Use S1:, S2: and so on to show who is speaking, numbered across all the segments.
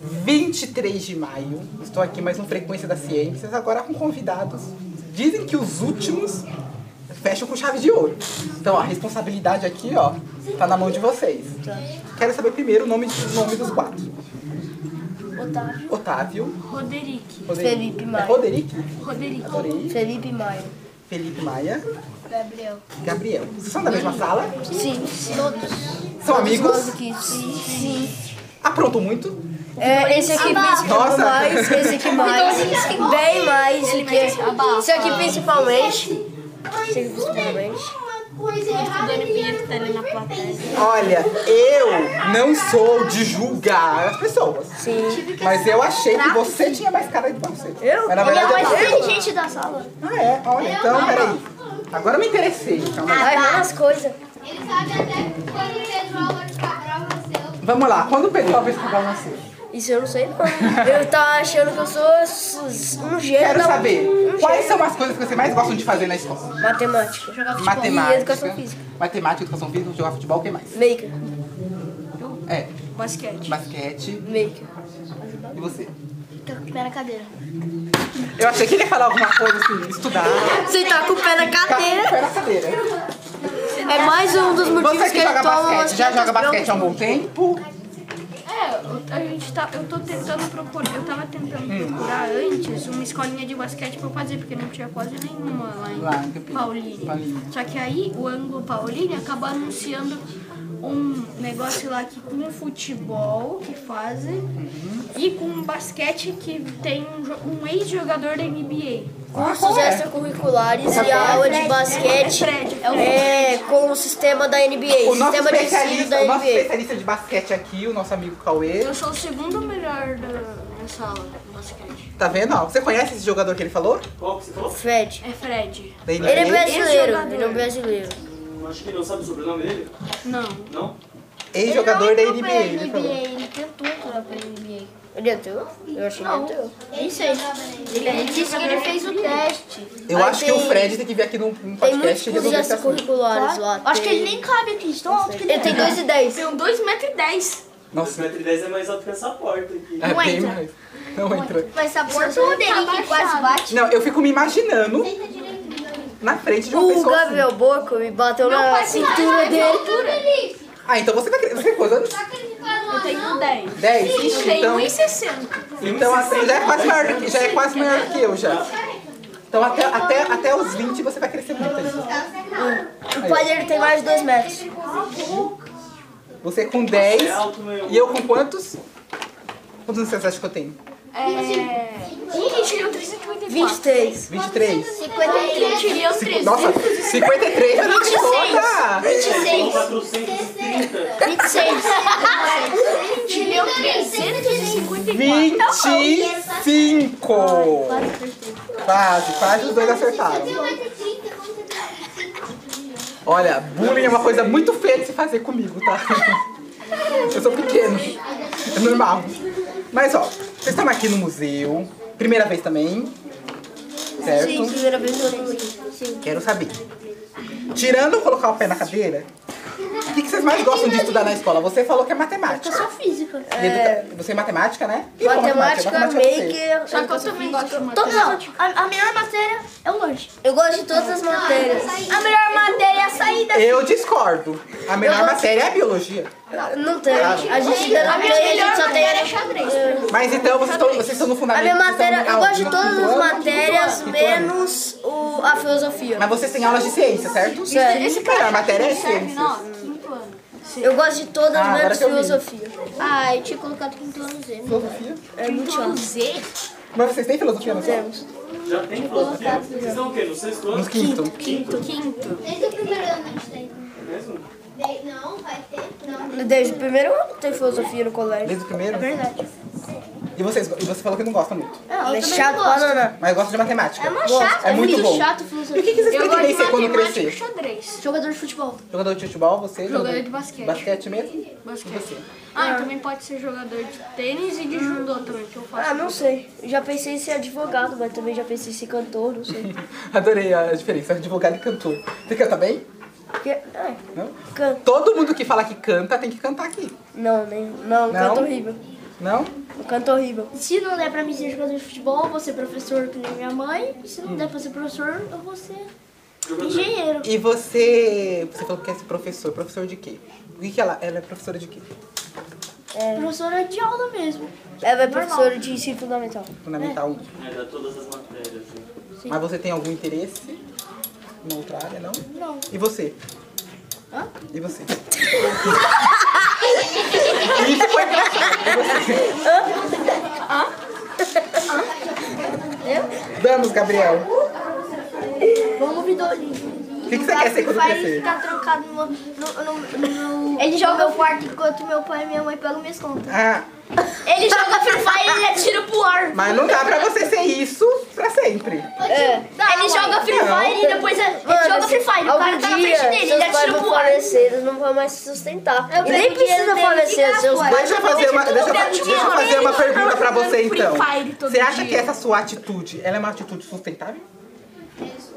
S1: 23 de maio, estou aqui mais no Frequência das Ciências, agora com convidados. Dizem que os últimos fecham com chave de ouro. Então, ó, a responsabilidade aqui, ó, tá na mão de vocês. Quero saber primeiro o nome, o nome dos quatro.
S2: Otávio.
S1: Otávio,
S2: Roderick.
S1: Roderick.
S3: Felipe
S1: É
S3: Maia.
S1: Roderick,
S2: Roderick.
S1: adorei.
S3: Felipe Maia.
S1: Felipe Maia,
S2: Gabriel.
S1: Gabriel. Vocês são da mesma sala?
S3: Sim. Todos.
S1: São amigos?
S3: Sim.
S1: Aprontam muito?
S3: É, esse aqui principalmente
S1: Nossa.
S3: mais, esse aqui mais, bem mais do que esse aqui principalmente. Esse aqui principalmente.
S2: Dani Pinheiro que tá ali na plateia.
S1: Olha, eu não sou de julgar as pessoas. Sim. Mas eu achei que você tinha mais cara de você. Eu? Mas na verdade eu não.
S2: inteligente da sala.
S1: Ah, é? Olha, então, peraí. Agora eu me interessei. então. Calma aí.
S3: Vai vendo as coisas.
S4: Ele sabe até quando o Pedro Álvares Cabral nasceu.
S1: Vamos lá, quando o Pedro Alves Cabral nasceu?
S3: Isso eu não sei não. Eu tava achando que eu sou s- um gênio.
S1: Quero
S3: não,
S1: saber,
S3: um
S1: quais
S3: gênio.
S1: são as coisas que você mais gosta de fazer na escola?
S3: Matemática. Jogar
S1: Matemática.
S3: E Tipo, educação física.
S1: Matemática, educação física, jogar futebol, o que mais?
S3: Maker.
S1: É,
S2: Basquete.
S1: basquete.
S3: Maker.
S1: E você?
S2: Tô com o pé na cadeira.
S1: Eu achei que ele ia falar alguma coisa assim, estudar.
S3: Você tá com o pé na
S1: Ficar com o
S3: cadeira.
S1: pé na cadeira.
S3: É mais um dos motivos
S1: Você que
S3: que ele
S1: joga
S3: toma
S1: basquete,
S3: umas
S1: já joga
S3: cartas
S1: basquete há um
S3: brancas.
S1: bom tempo?
S2: É, eu- a gente tá. Eu tô tentando procurar. Eu tava tentando
S1: Hum.
S2: procurar antes uma escolinha de basquete pra eu fazer, porque não tinha quase nenhuma lá em,
S1: Lá em Campinas.
S2: Paulínia.
S1: Paulínia.
S2: Só que aí o ângulo Paulínia acaba anunciando um negócio lá que com futebol que fazem
S1: Uhum.
S2: e com basquete que tem um, jo- um ex-jogador da NBA.
S3: cursos
S1: Ah, é?
S3: extracurriculares e a aula de basquete é com o sistema da NBA,
S1: O nosso,
S3: sistema de ensino
S1: especialista,
S3: da
S1: o nosso
S3: NBA.
S1: especialista de basquete aqui, o nosso amigo Cauê.
S2: Eu sou o segundo melhor da, da sala do basquete.
S1: Tá vendo? ó? Você conhece esse jogador que ele falou?
S5: Qual que você falou?
S3: Fred.
S2: É Fred.
S1: Da NBA?
S3: Ele é brasileiro,
S2: Ex-jogador.
S3: ele é um brasileiro.
S5: Acho que ele não sabe o sobrenome dele,
S2: Não.
S5: não?
S1: Ex-jogador da NBA, ele falou.
S4: Ele tentou entrar pra NBA.
S3: Ele é teu? Eu achei que ele é teu.
S4: Não sei.
S3: é
S4: Ele disse que ele fez o teste.
S1: Eu
S3: Aí
S1: acho que o
S3: tem-
S1: Fred tem que vir aqui num, num
S3: Tem muitos
S1: podcast e
S3: cursos
S1: resolver esse assunto.
S3: extracurriculares lá.
S4: Acho que
S3: tem-
S4: ele nem cabe aqui, de tão alto que ele é.
S3: Ele tem 2 e 10.
S2: Tenho 2,10m.
S1: Nossa,
S5: 2,10m é mais alto que essa porta aqui.
S1: é bem mais. Não entra.
S4: Mas a porta o Roderick quase bate.
S1: Não, eu fico me imaginando na frente de uma
S3: O
S1: pessoa assim.
S3: Uh, Gabriel Boco me bateu na cintura dele.
S4: é Roderick,
S1: Ah, então você vai querer. Você é coisa
S4: tá acreditando
S2: Eu
S4: ou
S2: tenho
S4: não?
S2: 10.
S1: 10?
S2: Eu
S1: Ixi,
S2: tenho
S1: então,
S2: 1,60.
S1: então assim, já é quase maior que, já é quase maior que eu já. Então até, até, até os 20 você vai crescer muito. aí.
S3: O pai dele tem mais de 2 metros.
S1: Você com 10
S5: É alto mesmo.
S1: e eu com quantos? Quantos anos você acha que eu tenho?
S2: É... Ih, eu tirei um 354.
S3: 23.
S1: 23?
S4: 53.
S2: Eu tirei um 3.
S1: Nossa, 53 eu não te conta!
S5: 430.
S3: 26.
S2: Eu tirei um 354.
S1: 25! Quase, quase os dois acertaram. Olha, bullying é uma coisa muito feia de se fazer comigo, tá? Eu sou pequeno, é normal. Mas ó, vocês estão aqui no museu, primeira vez também,
S3: Sim,
S1: certo?
S3: primeira vez que eu tô aqui.
S1: Quero saber. Tirando colocar o pé na cadeira, o que, que vocês mais gostam de estudar na escola? Você falou que é matemática.
S4: Só física.
S1: E educa- Você é matemática, né? E qual
S3: Matemática,
S1: é você?
S3: maker.
S2: Só que eu também gosto de
S4: Todas
S2: matemática. Ah, é
S4: as, a, a melhor matéria é o lanche.
S3: Eu gosto de todas as matérias.
S4: A melhor matéria é a saída.
S1: Eu discordo. A melhor
S3: Eu gosto-
S1: matéria é a biologia.
S3: Não tem.
S1: Ah,
S3: A gente ainda
S4: A
S3: não
S4: minha
S3: tem, a
S4: melhor
S3: gente só
S4: matéria é
S3: tem.
S4: xadrez.
S1: Mas então vocês estão, vocês estão no
S3: A
S1: fundamento.
S3: minha
S1: vocês estão
S3: matéria,
S1: no-
S3: eu
S1: ah,
S3: gosto de
S1: no
S3: todas
S1: quinto
S3: as
S1: ano,
S3: matérias
S1: quinto ano.
S3: menos o, a filosofia.
S1: Mas vocês têm aulas de ciência, certo?
S3: Sim.
S1: Cara, a matéria é ciência.
S2: Não, quinto ano.
S3: Eu gosto de todas
S1: Ah, agora
S3: menos
S1: que eu vi.
S3: filosofia.
S4: Ah, eu tinha colocado com plano Z.
S1: Filosofia?
S3: É muito chato.
S1: Mas vocês têm filosofia na escola?
S3: Temos.
S5: Já tem filosofia? Vocês estão o quê? No sexto ano?
S1: No quinto.
S2: Quinto. Quinto.
S4: Desde o primeiro ano a gente tem.
S5: Mesmo?
S4: De- Não, vai ter? Não.
S3: Desde o primeiro ano tem filosofia no colégio.
S1: Desde o primeiro?
S2: Verdade.
S1: E vocês, e você falou que não gosta muito.
S3: É chato pra banana.
S1: Mas gosta de matemática. É
S4: mais chato,
S1: É
S4: é
S1: muito
S4: muito
S1: bom.
S2: Chato,
S1: E o que,
S2: filosofia.
S1: que vocês
S2: Eu gosto
S1: pretendem
S2: de
S1: ser quando
S2: matemática e
S1: crescer?
S2: xadrez. Jogador de futebol.
S1: Jogador de futebol, você?
S2: Jogador de basquete.
S1: Basquete mesmo?
S2: Basquete.
S1: E você?
S2: Ah, e também pode ser jogador de tênis e de judô também, que eu faço.
S3: Ah, não sei. Já pensei em ser advogado, mas também já pensei em ser cantor, não sei.
S1: Adorei a diferença, advogado e cantor. Você canta bem?
S3: Porque, é,
S1: Não?
S3: can...
S1: Todo mundo que fala que canta tem que cantar aqui.
S3: Não, nem. Não, canto horrível.
S1: Não?
S3: Um canto horrível.
S6: Se não der pra mim ser jogador de futebol, eu vou ser professor que nem minha mãe. Se não der pra ser professor, eu vou ser engenheiro.
S1: E você. Você falou que quer ser professor. Professor de quê? O que, que ela, ela é professora de quê?
S6: Professora de aula mesmo.
S3: Ela é professora de ensino fundamental.
S1: Fundamental 1.
S5: É, dá todas as matérias. né?
S1: Mas você tem algum interesse em outra área, não? Não. E você? Hã? E você? Isso foi Hã? Vamos, Gabriel.
S6: Vamos vir dolinho.
S1: O que, que você quer ser quando
S6: Vai
S1: crescer?
S6: ficar trocado no, no, no, no- Ele joga o quarto enquanto meu pai e minha mãe pegam minhas contas.
S1: Ah,
S6: Ele joga Free Fire e ele atira pro ar.
S1: mas não dá pra você ser isso pra sempre.
S6: ele joga Free Fire e depois ele joga Free Fire. O cara
S3: Algum
S6: tá na frente
S3: dia,
S6: dele, ele
S3: seus pais
S6: atira
S3: vão
S6: pro ar.
S3: falecer, eles não vão mais se sustentar.
S6: Eu
S3: E nem
S6: pego dinheiro
S3: precisa
S6: dele e
S3: falecer,
S6: gasto,
S3: seus
S6: ué.
S3: pais
S1: Deixa eu fazer uma, deixa, eu fa-
S6: dinheiro
S1: deixa eu fazer uma
S6: dele, tá
S1: pergunta pra você
S6: jogando Free
S1: então.
S6: Fire todo
S1: Você acha
S6: dia.
S1: que essa sua atitude, ela é uma atitude sustentável?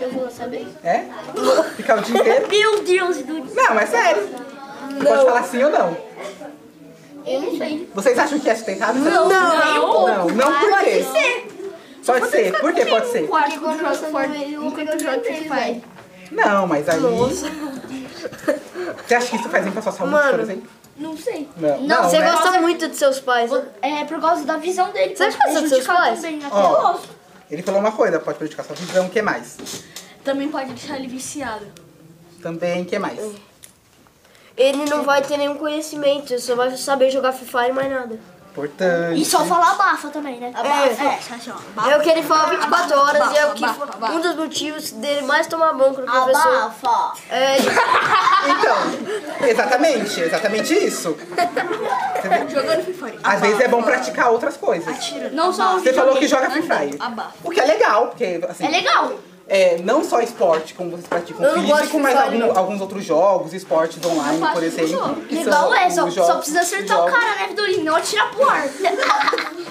S6: Eu vou saber.
S1: É? Ficar o dia inteiro?
S6: Meu Deus, Dudu.
S1: Não, é sério. Você pode falar sim ou não.
S6: Eu não sei.
S1: Vocês acham que é sustentável? Não, não, não, por quê? Pode ser, por que pode ser?
S2: Quase quando eu jogo Fortnite, enquanto eu jogo Free Fire.
S1: Não, mas aí. Você acha que isso faz bem pra sua saúde, por
S3: Mano.
S1: exemplo?
S6: Não sei.
S1: Não,
S3: Não, você
S1: né?
S3: gosta muito de seus pais. né?
S6: É por causa da visão dele.
S3: Você
S6: pode
S3: gosta dos seus
S6: prejudicar
S3: pais?
S6: Também,
S2: né?
S6: até
S1: Ó.
S6: gosto.
S1: Ele falou uma coisa, pode prejudicar sua visão, o que mais?
S2: Também pode deixar ele viciado.
S1: Também, o que mais?
S3: Ele não vai ter nenhum conhecimento, ele só vai saber jogar Free Fire e mais nada.
S1: Importante.
S6: E só falar abafa também, né?
S3: Abafa.
S6: É, assim, ó.
S3: É o que ele fala 24 horas e é o que
S2: abafa,
S3: foi-
S2: abafa.
S3: um dos motivos dele mais tomar bronca no professor. É, ele-
S1: Então, exatamente, exatamente isso.
S2: Jogando Free Fire.
S1: Às vezes é bom praticar outras coisas.
S2: Atira. Não só o
S1: Você falou que
S2: videogame,
S1: joga Free
S2: andando,
S1: Fire.
S2: Abafa.
S1: O que é legal, porque assim.
S6: É legal.
S1: É, não só esporte, como vocês praticam
S3: Eu não
S1: físico,
S3: gosto de
S1: mas
S3: futebol,
S1: algum-
S3: não.
S1: alguns outros jogos, esportes online, por exemplo. que
S6: Legal
S1: são
S6: é,
S1: os
S3: um
S6: só,
S1: jogos-
S6: só precisa acertar o
S1: jogos-
S6: cara, né, Vidorinho? Não atirar pro ar.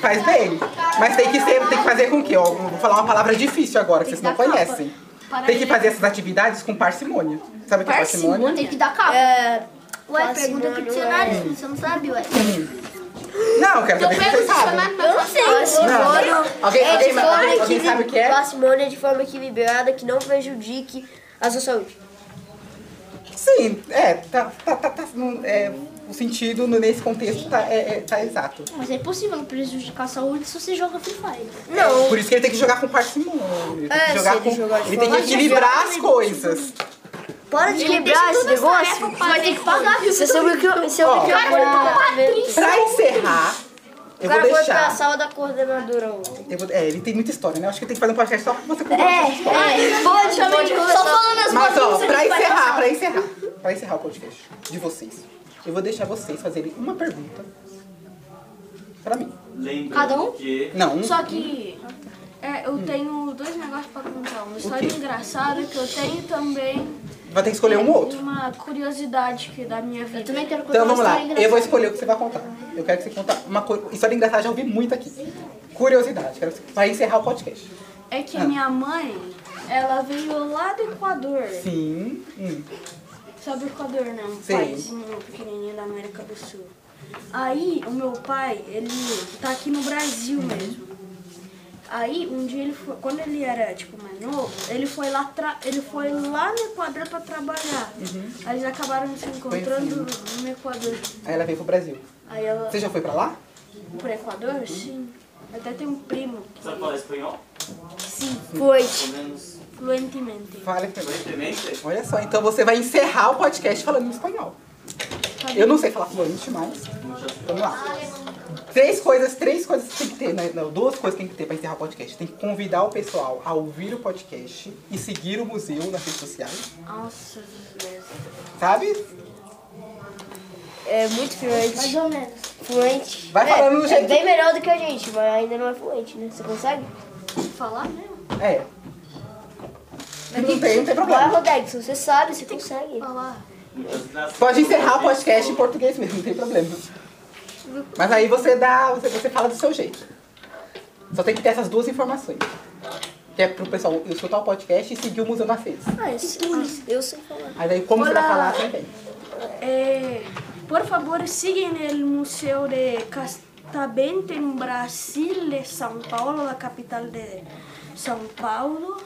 S1: Faz bem. Mas tem que, ser, tem que fazer com que, ó, eu vou falar uma palavra difícil agora, que vocês não conhecem. Tem que fazer essas atividades com parcimônia. Sabe o que é parcimônia?
S6: Tem que dar cabo.
S3: é,
S6: Ué,
S3: Quase
S6: pergunta
S3: não,
S6: pro
S3: não
S6: dicionário, você não sabe, ué.
S1: Não, eu quero
S6: Eu
S1: saber o que
S6: pego o
S1: vocês sabem.
S6: dicionário, mas eu não sei.
S3: parcimônia
S1: Alguém-
S3: é
S1: alguém-
S3: de forma
S1: alguém
S3: equili-
S1: sabe o que é?
S3: Parcimônia de forma equilibrada que não prejudique a sua saúde.
S1: Sim, é, tá, tá, tá, tá, não- é, o sentido no- nesse contexto tá, é- é- tá exato.
S6: Mas é impossível prejudicar a saúde se você joga Free Fire.
S3: Não,
S1: Por isso que ele tem que jogar com parcimônia. Ele tem
S3: É,
S1: que,
S3: se
S1: jogar
S3: ele
S1: com,
S3: jogar de
S1: ele tem que
S3: forma
S1: equilibrar as coisas.
S3: para de equilibrar esse negócio.
S6: Vai ter que pagar, viu?
S3: Você soube que eu- se eu
S1: Ó.
S3: que eu
S1: Cara,
S3: fui pra-
S1: Pra encerrar,
S3: O
S1: eu vou
S3: cara foi pra
S1: deixar.
S3: sala da coordenadora ontem.
S1: eu vou- é, ele tem muita história, né? Eu acho que tem que fazer um podcast só com você contar.
S6: É, pode, pode. Só falando as
S1: Mas ó,
S6: bagunças
S1: pra
S6: que vai
S1: encerrar,
S6: passar.
S1: pra encerrar, pra encerrar o podcast de vocês, eu vou deixar vocês fazerem uma pergunta pra mim.
S5: Lembra
S6: Cada um?
S5: que
S1: Não, um.
S2: Só que é, eu tenho dois negócios pra contar. Uma história engraçada que eu tenho também.
S1: vai ter que escolher um ou outro.
S2: Uma curiosidade que da minha vida.
S6: Também quero contar
S1: Então
S6: uma
S1: vamos lá,
S6: história
S1: eu vou
S6: engraçada.
S1: escolher o que você vai contar. Eu quero que você conta uma co- história engraçada, já ouvi muito aqui. Curiosidade, quero que você... pra encerrar o podcast.
S2: É
S1: Ah.
S2: que minha mãe, ela veio lá do Equador.
S1: Sim, hum,
S2: Sabe o Equador, né? Um
S1: Sim.
S2: paísinho pequenininho da América do Sul. Aí, o meu pai, ele tá aqui no Brasil mesmo. Aí, um dia, ele foi, quando ele era, tipo, mais novo, ele foi lá, tra- ele foi lá no Equador pra trabalhar.
S1: Uhum.
S2: Aí eles acabaram se encontrando no Equador.
S1: aí ela veio pro Brasil.
S2: Aí ela...
S1: Você já foi pra lá?
S2: Pro Equador? Sim. Até tem um primo que
S5: sabe falar espanhol?
S3: Foi.
S5: Pelo menos
S2: fluentemente.
S1: Fala pra mim.
S5: fluentemente?
S1: Olha só, então você vai encerrar o podcast falando em espanhol.
S2: Tá
S6: sabe?
S1: Eu não sei falar fluente mais. Vamos lá. Três coisas, três coisas que tem que ter, né? Não, duas coisas que tem que ter pra encerrar o podcast. Tem que convidar o pessoal a ouvir o podcast e seguir o museu nas redes sociais,
S2: Nossa, beleza.
S1: sabe?
S3: É muito
S6: Mais
S3: fluente.
S6: ou menos.
S3: Fluente.
S1: Vai falando
S3: é,
S1: do jeito
S3: É bem melhor do que a gente, mas ainda não é fluente, né? Você consegue?
S1: Tá
S2: Falar mesmo?
S1: É. Não tem, não tem
S3: Vai,
S1: problema.
S3: Rodex, você sabe, você consegue.
S2: Falar.
S1: Pode encerrar o podcast em português mesmo, não tem problema. Mas aí você dá, você, você fala do seu jeito. Só tem que ter essas duas informações. Que é pro pessoal escutar o podcast e seguir o museu nas redes.
S3: Ah, eu sei, eu sei falar.
S1: Mas aí como você vai
S2: Olá.
S1: falar também?
S2: É, Eh, por favor, sigam o Museu de Castabente em Brasília, São Paulo, a capital de São Paulo.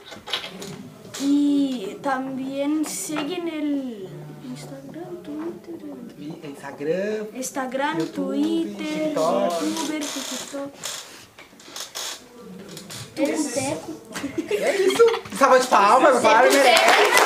S2: E também sigam o Instagram, Twitter,
S1: Instagram,
S2: Instagram,
S1: YouTube,
S2: Twitter,
S1: TikTok.
S2: Uber, TikTok.
S6: Tem um teco.
S1: É isso. Salva de palmas, claro, merece.